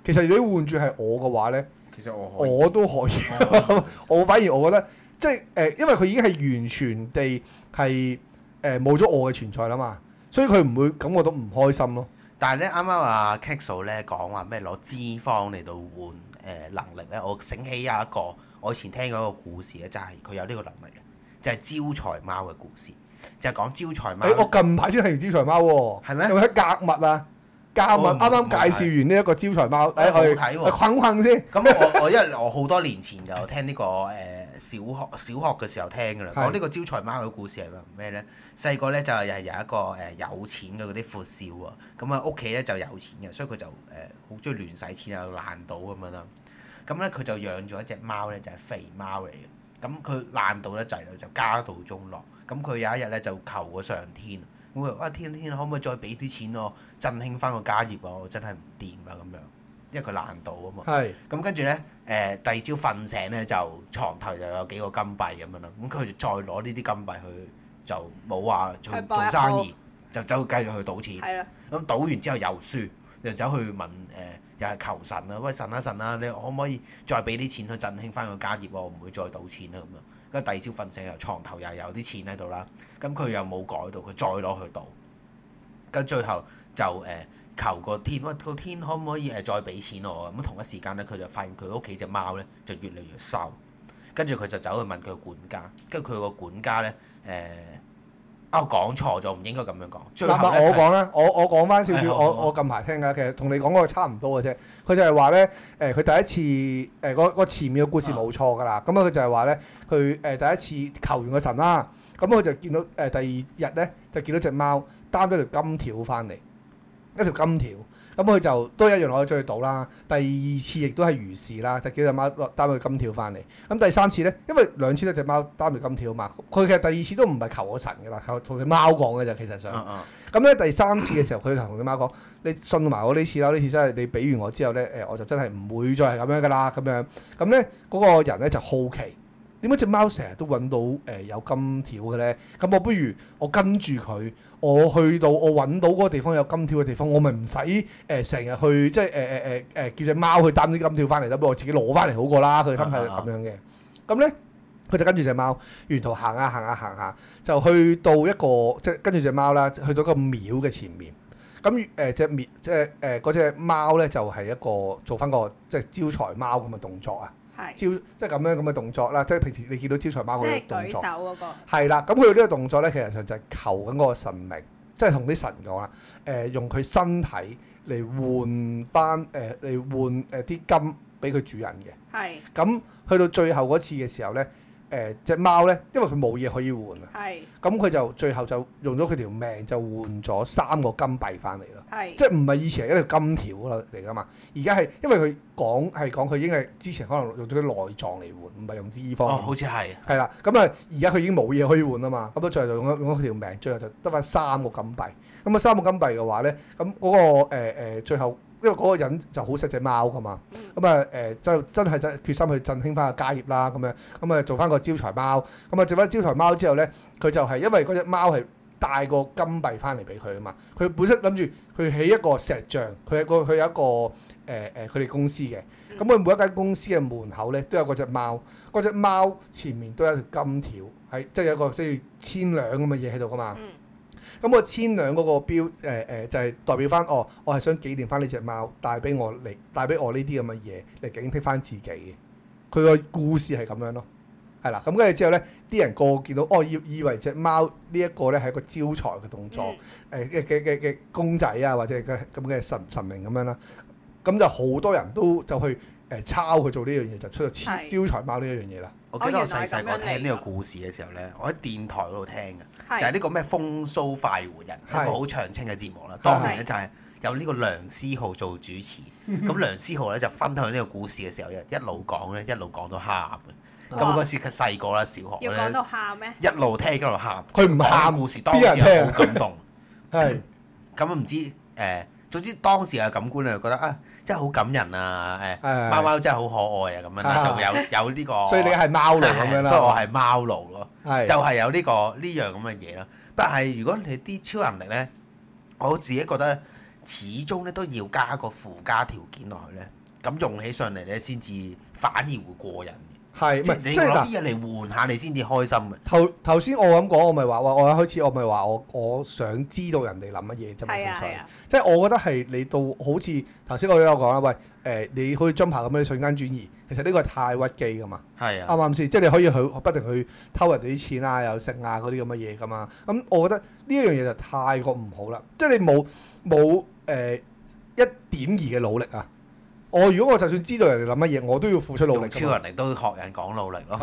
其實如果換住係我嘅話呢，
其實我可以，
我都可以。我反而我覺得即係誒、呃因為佢已經係完全地係誒冇咗我嘅存在啦嘛，所以佢唔會感覺到唔開心咯。
但係咧，啱啱阿 Kick 嫂咧講話咩攞脂肪嚟到換誒、呃能力咧，我醒起有一個我以前聽過一個故事咧，就係、佢有呢個能力嘅，就係、招財貓嘅故事，就係、講招財
誒、
貓。
我近排先睇完招財貓喎，
係咩
有冇睇格物啊？格物
我唔
啱啱介紹完呢一個招財貓，誒我
好睇
哋
喎
困困先。
咁我我因為我好多年前就聽呢、個誒、呃小學小學嘅時候聽㗎啦，
係
講呢個招財貓嘅故事係咩咧？細個咧就係又係有一個誒、呃有錢嘅嗰啲闊少啊，咁啊屋企咧就有錢嘅，所以佢就誒好中意亂使錢啊爛到咁樣啦。咁咧佢就養咗一隻貓咧，就係、肥貓嚟嘅。咁佢爛到得滯啦，就家道中落。咁佢有一日咧就求過上天，咁佢話：啊天天可唔可以再俾啲錢我，振興翻個家業啊？我真係唔掂啦咁樣，因為佢爛到啊嘛。
係
咁跟住咧，誒、第二朝瞓醒咧，就床頭又有幾個金幣咁樣啦。咁佢就再攞呢啲金幣去，就冇話做
去搏一
做生意，就走繼續去賭
嗯
錢。
係啦，啊
咁賭完之後又輸，又走去問誒、呃又係求神啦，喂神啊神啊，你可唔可以再俾啲錢去振興翻個家業啊喎？我唔會再賭錢啦啊咁樣。跟住第二朝瞓醒又床頭又有啲錢喺度啦，咁佢又冇改到，佢再攞去賭，跟住最後就誒、求個天，喂個天可唔可以誒呃再俾錢我啊？咁同一時間咧，佢就發現佢屋企只貓咧就越嚟越瘦，跟住佢就走去問佢個管家，跟住佢個管家咧誒。啊！我講錯咗，唔應該咁樣講。最
嗱，
後
嗱
咧
我
佢
講啦，我我講翻少
係
少，
好好
我
好
我近排聽㗎，其實同你講嗰個差唔多嘅啫。佢就係話咧，誒、佢第一次誒個個前面嘅故事冇錯㗎啦。咁啊，佢就係話咧，佢誒第一次求完個神啦，咁佢就見到誒、第二日咧就見到只貓擔咗條金條翻嚟，一條金條。咁佢就都一樣可以追到啦。第二次亦都係如是啦，就叫只貓落擔咗金條翻嚟。咁第三次咧，因為兩次都係只貓擔住金條嘛，佢其實第二次都唔係求我神㗎啦，求同只貓講嘅啫，其實上。
嗯嗯。
咁咧第三次嘅時候，佢就同佢媽講：你信埋我呢次啦，呢次真係你俾完我之後咧，誒我就真係唔會再係咁樣噶啦，咁樣。咁咧嗰個人咧就好奇，點解只貓成日都揾到誒、有金條嘅咧？咁我不如我跟住佢，我去到我揾到嗰個地方有金條嘅地方，我咪唔使誒成日去即係誒誒誒誒叫只貓去擔啲金條翻嚟啦，不如我自己攞翻嚟好過啦。佢心態係咁樣嘅。咁咧佢就跟住只貓沿途行啊行啊行下，就去到一個即係跟住只貓啦，去到一個廟嘅前面。咁誒只廟即係誒嗰只貓咧，就係、一個做翻個即係招財貓咁嘅動作啊，
係即
招即係咁樣咁嘅動作啦，即係平時你見到招財貓嗰
係
啲動
舉
作
手。嗰個
係啦，咁佢呢個動作咧，其實上就係求緊嗰個神明，即係同啲神講啦，誒、用佢身體嚟換翻誒嚟換誒呃啲金俾佢主人嘅。
係
咁去到最後嗰次嘅時候咧，誒、只貓咧，因為佢冇嘢可以換啊，
係
咁佢就最後就用咗佢條命就換咗三個金幣翻嚟啦。
係
即係唔係以前係一條金條啦嚟噶嘛？而家係因為佢講係講佢已經係之前可能用咗啲內臟嚟換，唔係用脂肪。
哦，好似係。
係啦，咁啊，而家佢已經冇嘢可以換啊嘛，咁啊，最後就用咗用咗佢條命，最後就得翻三個金幣。咁啊，三個金幣嘅話咧，咁嗰、個誒、呃呃最後因為嗰個人就好錫只貓噶嘛，咁啊誒真真係真決心去振興翻個家業啦，咁樣咁啊做翻個招財貓，咁啊做翻招財貓之後咧，佢就係因為嗰只貓係帶個金幣翻嚟俾佢啊嘛，佢本身諗住佢起一個石像，佢係個佢有一個誒誒佢哋公司嘅，咁佢每一間公司嘅門口咧都有嗰只貓，嗰只貓前面都有一條金條，係即係有一個需要千兩咁嘅嘢喺度噶嘛。
嗯
咁我千兩嗰個標誒誒、呃呃就係、代表翻哦，我係想紀念翻呢只貓，帶俾我嚟帶俾我呢啲咁嘅嘢嚟警惕翻自己嘅。佢個故事係咁樣咯，係啦。咁跟住之後咧，啲人個個見到哦，以以為只貓呢一個咧係一個招財嘅動作，誒嘅嘅嘅嘅公仔啊，或者嘅咁嘅神神明咁樣啦。咁就好多人都就去誒、呃抄佢做呢樣嘢，就出咗招
係
招財貓呢一樣 嘢啦。
我記得
哦
我
原來係
細細
咁
個
樣
聽
嚟
呢個
㗎
故事嘅時候咧，我喺電台嗰度聽嘅。就係
係
呢個咩風騷快活人，一
係
個好長青嘅節目啦。當年咧就係有呢個梁思浩做主 持，咁梁思浩咧就分享呢個故事嘅時候，一一路講咧，一路講到喊嘅。咁
哇
嗰時佢細個啦，小學
要講
咧
到喊咩？
一路聽一路喊，
佢唔喊
講故事，當時
邊有人聽
係
啊
好感動。
係
咁唔知誒、總之當時嘅感官咧，覺得啊，真係好感人啊！誒、
係
貓貓真係好可愛啊，咁樣啦，
係
就會有有呢、個。
所以你係貓嚟咁樣啦。
所以我係貓奴咯。
係
就係有呢、個呢樣咁嘅嘢啦。但係如果你啲超能力呢，我自己覺得呢始終咧都要加個附加條件落去呢。咁用起上嚟呢，先至反而會過癮嘅。
係唔
即係
係
你
即
要
係
攞
嗱
啲嘢嚟換下，你先至開心嘅。
頭頭先我咁講，我咪話話我一開始我咪話我我想知道人哋諗乜嘢啫嘛，
係
純
啊
粹
係啊，
即係我覺得係你到好似頭先我都有講啦，喂誒、你好似 jump 咁樣你瞬間轉移，其實呢個係太屈機噶嘛，
係
啱
啊，
唔啱先？即係你可以去不停去偷人哋啲錢啊，又食啊嗰啲咁嘅嘢噶嘛，咁、我覺得呢樣嘢就太過唔好啦，即係你冇冇誒一點二嘅努力啊！我如果我就算知道人哋諗乜嘢，我都要付出努力
用
㗎
超
嘛。
能力都學人講努力咯。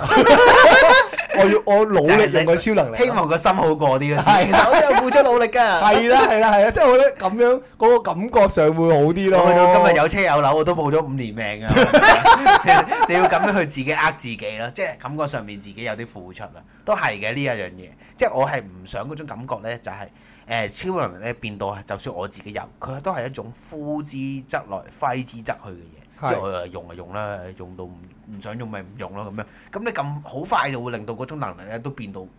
我要我努 力用個超能力啊。
希望個心好過啲咯。其實我都有付出努力㗎。
係啦係啦係啦，即係我覺得咁樣嗰個感覺上會好啲咯。
我去到今日有車有樓，我都冇咗五年命啊！ 你要咁樣去自己呃自己咯，即係感覺上面自己有啲付出啦，都係嘅呢一樣嘢。即係我係唔想嗰種感覺呢，就係、誒、超能力咧變到，就算我自己有，佢都係一種呼之則來，揮之則去嘅嘢。即
係
係我誒用就啊用啦，用到唔唔想用咪唔用咯咁樣。咁你咁好快就會令到嗰種能力咧都變到唔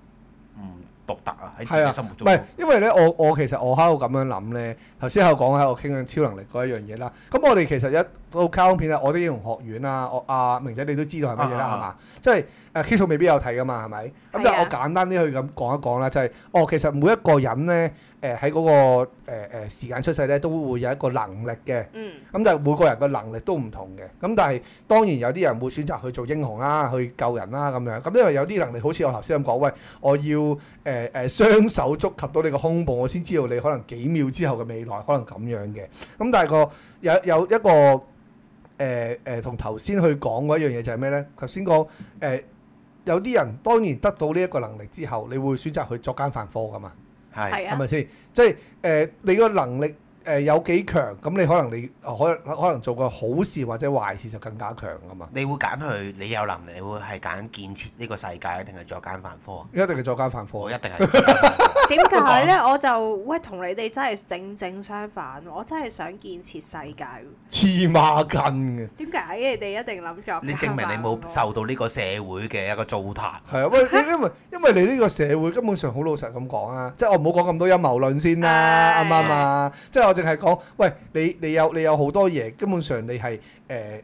獨特啊！喺
係
自
啊
己心目，
唔
中。
係因為咧，我我其實我喺度咁樣諗咧，頭先喺度講喺度傾緊超能力嗰一樣嘢啦。咁我哋其實一到卡通片啊，我啲英雄學院啊，我阿明仔你都知道係乜嘢
啊
啦，係嘛？即係誒 K 數未必有睇噶嘛，係咪？咁但
係
係
啊
我簡單啲去咁講一講啦，就係哦，其實每一個人咧，誒喺嗰個誒誒時間出世咧，都會有一個能力嘅。
嗯，
咁就每個人嘅能力都唔同嘅，咁但係當然有啲人會選擇去做英雄啦，去救人啦咁樣。咁因為有啲能力好似我頭先咁講，喂，我要誒誒、呃雙手觸及到你個胸部，我先知道你可能幾秒之後嘅未來可能咁樣嘅。咁但係個有有一個誒誒同頭先去講嗰一樣嘢就係咩呢？頭先講誒有啲人當然得到呢一個能力之後，你會選擇去作奸犯科噶嘛？
係
係
係
啊
咪，先？即係誒、呃你個能力誒、呃有幾強，咁你可能你呃可能可能做個好事或者壞事就更加強噶嘛。
你會揀去你有能力，你會係揀建設呢個世界，定係作奸犯科啊？
一定係作奸犯
我
科
一，定係作奸犯科
啊
點解咧？我就喂同你哋真係正正相反喎，我真係想建設世界喎。
黐孖筋嘅。
點解你哋一定諗作？
你證明你冇。受到呢個社會嘅一個糟蹋。
係啊，喂，因因為因為你呢個社會根本上好老實咁講啊，即係我唔好講咁多陰謀論先啦，
唉
啱唔啱啊？即係我淨係講，喂，你你有你有好多嘢，根本上你係誒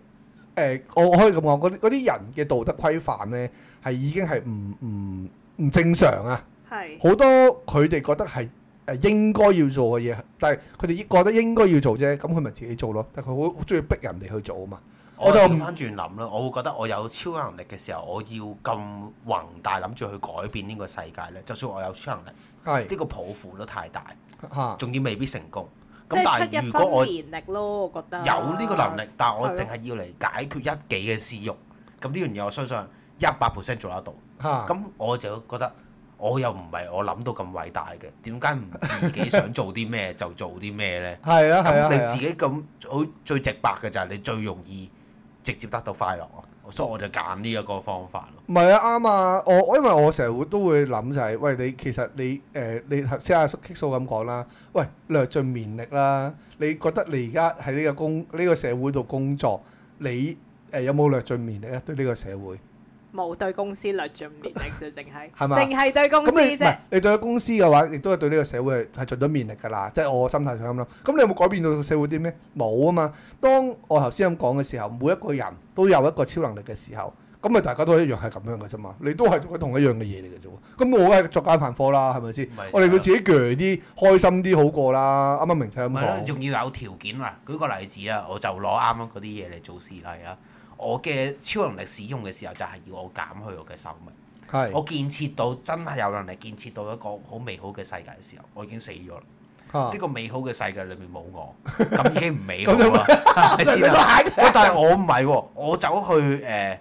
誒，我我可以咁講，嗰啲嗰啲人嘅道德規範咧，係已經係唔唔唔正常啊！
係
好多佢哋覺得係誒應該要做嘅嘢，但係佢哋覺得應該要做啫，咁佢咪自己做咯。但係佢好中意逼人哋去做啊嘛。
我
我
就
就
調翻轉諗啦，我會覺得我有超能力嘅時候，我要咁宏大諗住去改變呢個世界咧。就算我有超能力，呢、
係
個抱負都太大，
嚇，
仲要未必成功。
即
咁
係
但
出
係
一
如果我
分
有
年力咯，我覺得
呢個能力，但係
係
我
咯
淨係要嚟解決一己嘅私欲，咁呢樣嘢我相信一百 percent 做得到。
嚇
咁我就覺得我又唔係我諗到咁偉大嘅，點解唔自己想做啲咩就做啲咩呢？
係 啊係啊係
咁你自
啊
己咁好最直白嘅就係你最容易直接得到快樂啊！所以我就揀呢一個方法咯。
唔係啊，啱啊！我我因為我成日會都會諗就係、喂你其實你誒、呃你頭先阿激素咁講啦，喂略盡綿力啦，你覺得你而家喺呢個工呢、個社會度工作，你誒、呃有冇略盡綿力啊？對呢個社會，
冇對公司略盡綿力就淨 係，
係嘛
淨係對公司
咁你唔係
啫。
你對公司嘅話，亦都係對呢個社會係係盡咗綿力㗎啦，即係我心態上咁諗。咁你有冇改變到社會啲咩？冇啊嘛！當我頭先咁講嘅時候，每一個人都有一個超能力嘅時候。咁咪大家都一樣係咁樣嘅啫嘛，你都係做緊同一樣嘅嘢嚟嘅啫喎。咁我梗係作奸犯科啦，係咪先
唔係？
我哋要自己鋸啲，開心啲好過啦。啱啱明仔咁
唔係啦，
講，
仲要有條件啊！舉個例子啦，我就攞啱啱嗰啲嘢嚟做示例啦。我嘅超能力使用嘅時候，就係要我減去我嘅壽命。
係
我建設到真係有能力建設到一個好美好嘅世界嘅時候，我已經死咗啦。
嚇
呢個美好嘅世界裏面 冇我，咁已經唔美好啦，係咪先啊？
咁
喂但係我唔係喎，我走去誒、呃、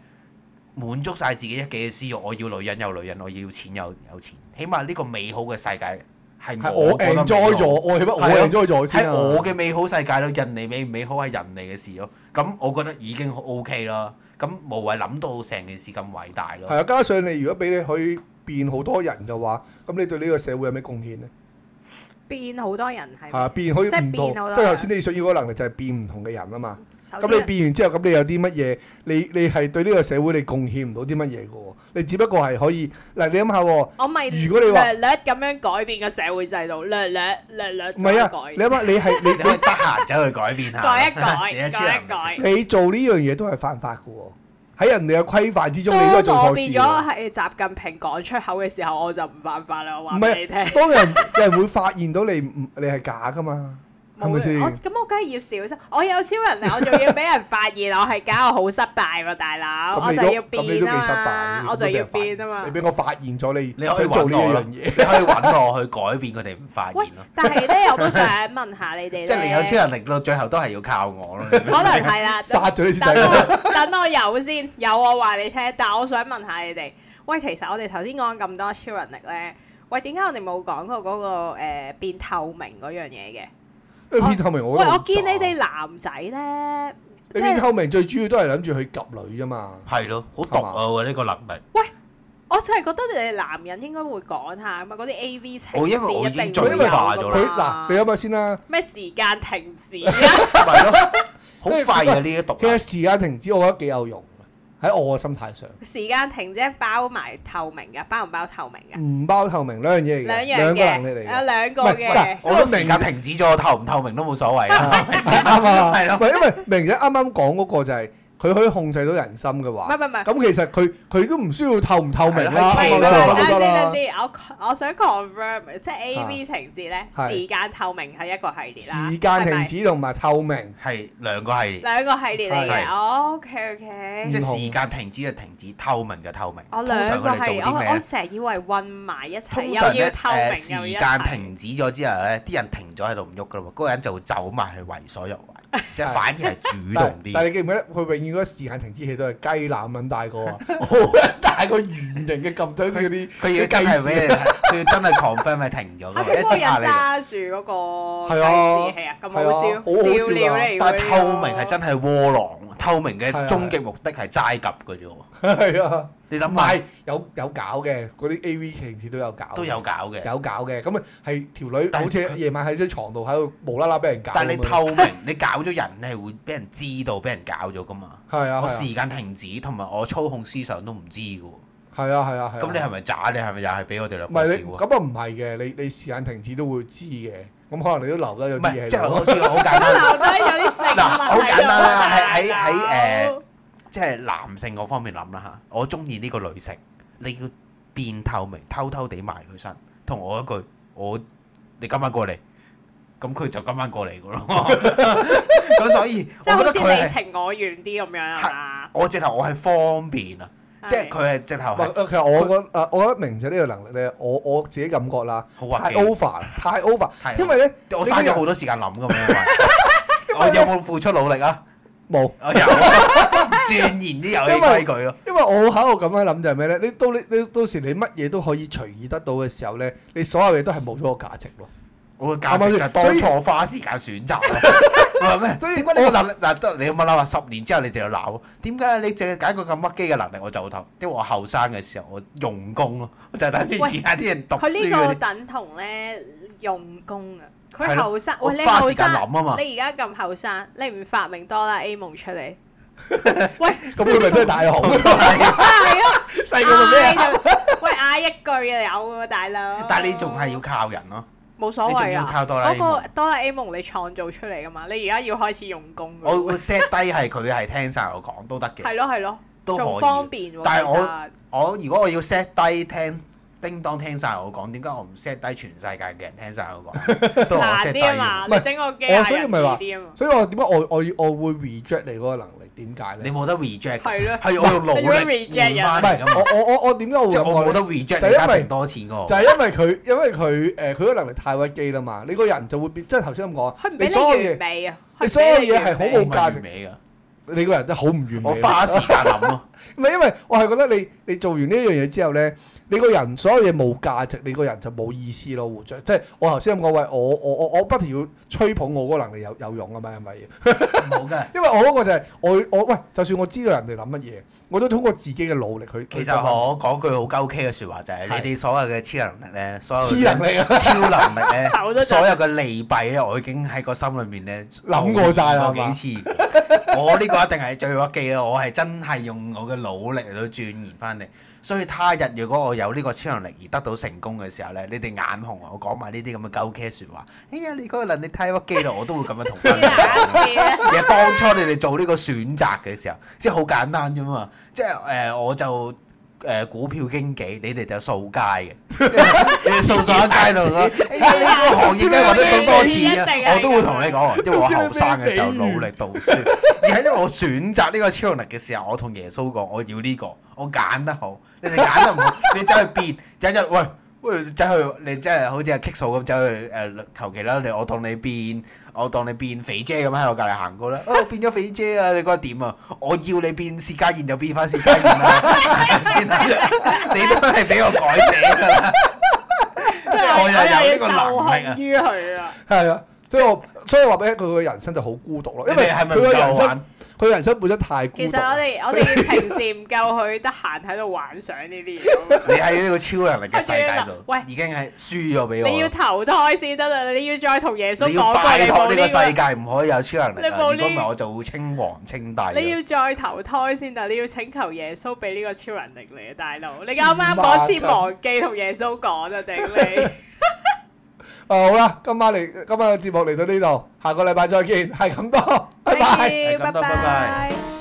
滿足晒自己一己嘅私欲，我要女人有女人，我要錢有有錢，起碼呢個美好嘅世界係
係我
覺得美好
enjoy 咗，我起碼我
係啊
enjoy 咗先
喺
啊
我嘅美好世界咯，人哋美唔美好係人哋嘅事咯。咁我覺得已經 O K 啦。咁無謂諗到成件事咁偉大
係
咯。
啊，加上你如果俾你可以變好多人嘅話，咁你對呢個社會有咩貢獻咧？
變好多人係
係啊，變可以
即係
唔同
變好，多
即係
人
頭先你想要嗰個能力就係變唔同嘅人啊嘛。
首
咁你
先
變完之後，咁你有啲乜嘢？你你係對呢個社會你貢獻唔到啲乜嘢嘅喎？你只不過係可以嗱，你諗下喎。
我咪
如果你話
略略咁樣改變個社會制度，略略略略
唔係
咁
啊，
樣
你諗下，你係
你可以得閒走去改變下，
改改一
你
改
一超
改一
人
改。
你你做呢樣嘢都係犯法嘅喎。喺人哋嘅規範之中，你都係做
當我
錯
變
事
咗
嘅。
係習近平講出口嘅時候，我就唔犯法啦。我
唔
話俾你聽，
係，當人有人會發現到你唔你係假噶嘛，係咪
冇我
先？
咁我梗係要小心。我有超能力，我仲要俾人發現，我係搞到好失敗喎，大佬。
咁
我
你
就
都咁你
要
都
變
幾失敗
啊
嘅，
嘛，我就要
咁都俾人
變啊
發現
嘛
你。俾我發現咗你，
你可
想
以
做呢
揾我啦，
樣
你
嘢。
可以揾我去改變佢哋唔發
喂
現咯。，
但係咧，我都想問下你哋
即係你有
咧
超能力到最後都係要靠 我咯。你明唔明
可能係啦，
殺咗你先
等
得
我等我有先，有啊我話你聽，但我想問下你哋，喂，其實我哋頭先講咁多超能力咧，喂，點解我哋冇講過嗰、個誒、呃、變透明嗰樣嘢嘅？
因為片透明我
喂，
覺得好
我見
渣
你哋男仔咧，
啊你
即
變
係
透明最主要都係諗住去及女啫嘛。
係咯，好毒啊！喎呢個能 力，
我就係覺得你哋男人應該會講下啊嘛，嗰啲 A V 情
哦我因為
節
我
一
已經
定會有
進
化
㗎
咗
佢
嘛
嗱，你諗下先啦。
咩時間停 止啊？
咪咯，好快啊！呢一毒
其實
能力
時間停止，我覺得幾有用嘅喺我嘅心態上，
時間停止包埋透明㗎，包唔包透明㗎？
唔包透明兩樣嘢嚟
兩
嘅，
樣
嗯兩個能力
嘅，
嚟
有
嘅。
兩個
唔係
嘅
嗱。
我都時間停止咗，透唔透明都冇所謂 啦，
啱啊，
係咯
唔係因為明姐啱啱講嗰個就係佢可以控制到人心嘅
唔係
話，
唔係唔係，
咁其實佢佢都唔需要透唔透明
係啦
啦，
係
我覺
啦
得
係啦
我覺
等
得
先等
啦。
先，我我想 confirm，即係 A
啊
V 情節咧，
係
時間透明係一個系列啦，
時間
係咪
停止同埋透明，
係兩個系列。
兩個系列嚟
係
嘅。哦 OK OK，
即
唔同
係時間停止就停止，透明就透明。
我
通常
哦兩個
佢哋
係
做
我
啲
我
咩？啊
成日以為混埋一齊，
通
又
常咧
要透
誒
明又
時
要一
間
齊
停止咗之後咧，啲人停咗喺度唔喐噶啦喎，嗰個人就會走埋去為所 欲為，即係
係
反而係主
但
動
但
啲。
係你記唔記得佢永遠嗰個時間停止器都係雞腩咁大 個啊，
好
大個圓形嘅撳腿嗰啲，
佢啊要真係俾你睇，佢要真係 confirm 係停咗
嚇
㗎，
啊佢嗰
一
個人
即下你就。
揸住嗰個
係
計
啊
時器啊，咁
係啊
好笑，
好好笑㗎
笑料嚟㗎喎。
但係透明係真係窩囊，透明嘅
係啊
終極目的係齋及嘅啫喎。
係啊，
你
唔
諗
係
下
有有搞嘅，嗰啲 A V 情節都有搞嘅，
都有搞嘅，
有搞嘅，咁啊係條女
但係
好似
佢
夜晚喺張床度喺度無啦啦俾人搞咁樣，
但係你透明， 你搞咗人，你係會俾人知道，俾人搞咗噶嘛。
係啊
我
係啊
時間停止同埋我操控思想都唔知嘅喎。
係啊係啊係啊，
咁你係咪渣？你係咪又係俾我哋兩
唔
個
係你
笑啊？
咁啊唔係嘅，你你時間停止都會知嘅，咁可能你都留低咗
唔
啲嘢
係，
喺
即係
度。
好似好簡
我
單，
留低有啲證物
嗱好簡單
喺
啦
度
喺喺
大佬
誒即係男性嗰方面諗啦嚇。我中意呢個女性，你要變透明，偷偷地埋佢身，同我一句，我你今晚過嚟，咁佢就今晚過嚟嘅 咯。咁所以，
即係
我覺
好
得
似
佢
你
係
情我願啲咁樣啊係嘛？
我直頭我係方便啊，即係佢係直頭
唔係
係
其實我覺誒，我覺得明仔呢個能力咧，我我自己感覺啦，
好滑
太
稽。
over，太 over，
係啊
因為咧
我嘥咗好多時間諗㗎嘛， 因為我有冇付出努力啊？
冇。
我有，鑽研啲遊戲規矩咯。
因為我喺度咁樣諗就係咩咧？你到你你到時你乜嘢都可以隨意得到嘅時候咧，你所有嘢都係冇咗個價值咯。
我嘅價值就係當初花時間選擇咯。 話咩？
所以
點解你
我
個能力嗱得你有冇諗啊？十年之後你哋就鬧我，點解你淨係揀個咁屈機嘅能力我就投？因為我後生嘅時候我用功咯，我就係等於
喂
而家啲人讀書
佢呢個
嗰啲。
等同咧用功啊！佢
係咯
後生，
我
喂你
花
後
時間
生，
諗啊啊嘛
你而家咁後生，你唔發明哆啦 A 夢出 嚟？喂，
咁佢咪真係大雄？
係啊，
細個做咩啊？
嗌就喂嗌一句就有噶大佬。
但係你仲係要靠人 咯。
冇所
你仲
謂
要
啊！
靠哆啦 A 夢
嗰個哆啦 A 夢你創造出嚟噶嘛？你而家要開始用功㗎
我會 set 低係佢係聽晒我講都得嘅，
係咯係咯，
都可以
仲方便喎。
但係我
其實
我如果我要 set 低聽叮當聽晒我講，點解我唔 set 低全世界嘅人聽晒 我講？都係我 set
難
低
啲啊
嘅，
嘛，
唔係
你整個機
我
械
所以
人
咪話
易啲啊嘛，
所以我點解我我我會 reject 你嗰個能力？點解
你
咧？
冇得 reject 嘅。
係咯。
係我用努力
你會 reject
唔
人
換翻嚟
係
㗎嘛，
我我我我點解我會
啊即係
咁
我
講
冇
呢
得
就
reject
係
李嘉
因為
誠多錢嗰
就
個。
係因為佢因為佢誒佢嗰個能力太屈機啦嘛，你個人就會變真係頭先咁講，
佢唔俾
你
你
所有嘢
完美啊！
你
佢唔俾
所有嘢
完
係好
美
冇
我咪完美㗎，
你個人真係好唔完美。
我花時間諗咯，
唔係因為我係覺得你你做完呢一樣嘢之後咧，你個人所有嘢冇價值，你個人就冇意思咯，活著。即係我頭先咁講，喂，我我我我不停要吹捧我嗰個能力有有用啊嘛，係咪？
冇㗎。
因為我嗰個就係、我我喂，就算我知道人哋諗乜嘢，我都通過自己嘅努力去。
其
去
實我講句好鳩 K 嘅説話就係，
係
你哋所有嘅超能力咧，所有
黐能力啊！
超能力
手都
咧，
震
所有嘅利弊咧，我已經喺個心裏面咧
諗過晒啦
諗過幾次。我呢個一定係最屈機啦，我係真係用我嘅努力嚟到鑽研翻嚟。所以他日如果我有呢個超能力而得到成功嘅時候咧，你哋眼紅我講埋呢啲咁嘅鳩 K 説話，哎呀你嗰個能力太屈機啦，我都會咁樣同
黐
翻你講。
線啊
其實當初你哋做呢個選擇嘅時候，即係好簡單啫嘛。即係誒、呃我就誒、呃股票經紀，你哋就掃 街嘅，你哋掃上街度咯。哎呀，你個行業梗係揾得咁多錢
一定
啊！
係
我都會同你講，因為我後生嘅時候努力讀書，而係因為我選擇呢個超能力嘅時候，我同耶穌講，我要呢、個，我揀得好，你哋揀得唔好， 你走去變，有一日喂。喂，走去你真係好似阿 Kick 數咁走去誒，求其啦，你我當你變我當你變肥姐咁喺我隔離行 過啦，啊我變咗肥姐啊！你覺得點啊？我要你變薛家燕就變翻薛家燕啦， 係咪先啊？你都係俾我改寫㗎啦，
真
即係我又有呢
係
個
受
能力
控
啊！
於佢啊！
係啊，所以我所以話俾你聽佢嘅人生就好孤獨咯，因為
你哋係
佢
咪唔
嘅
夠
人生
玩？
佢嘅人生本身太孤獨。
其實我哋我哋平時唔夠佢得閒喺度幻想呢啲嘢，
你喺呢個超能力嘅世界度，
喂
已經係輸咗俾我
你要
啦。
投胎先得啦！你要再同耶穌
你要
講過
拜
你
託
冇
呢個世
呢
界啊唔可以有超能力啊！
你冇
如
呢
果唔係我就會稱王稱帝啊
個，
啦。
你要再投胎先得，你要請求耶穌俾呢個超能力你啊，大佬！你啱啱嗰次忘記同耶穌講啊，頂你！
啊好啦，今晚嚟今晚嘅節目嚟到呢度，下個禮拜再見，係咁多，拜拜。
Thank you，
係咁多拜拜
拜拜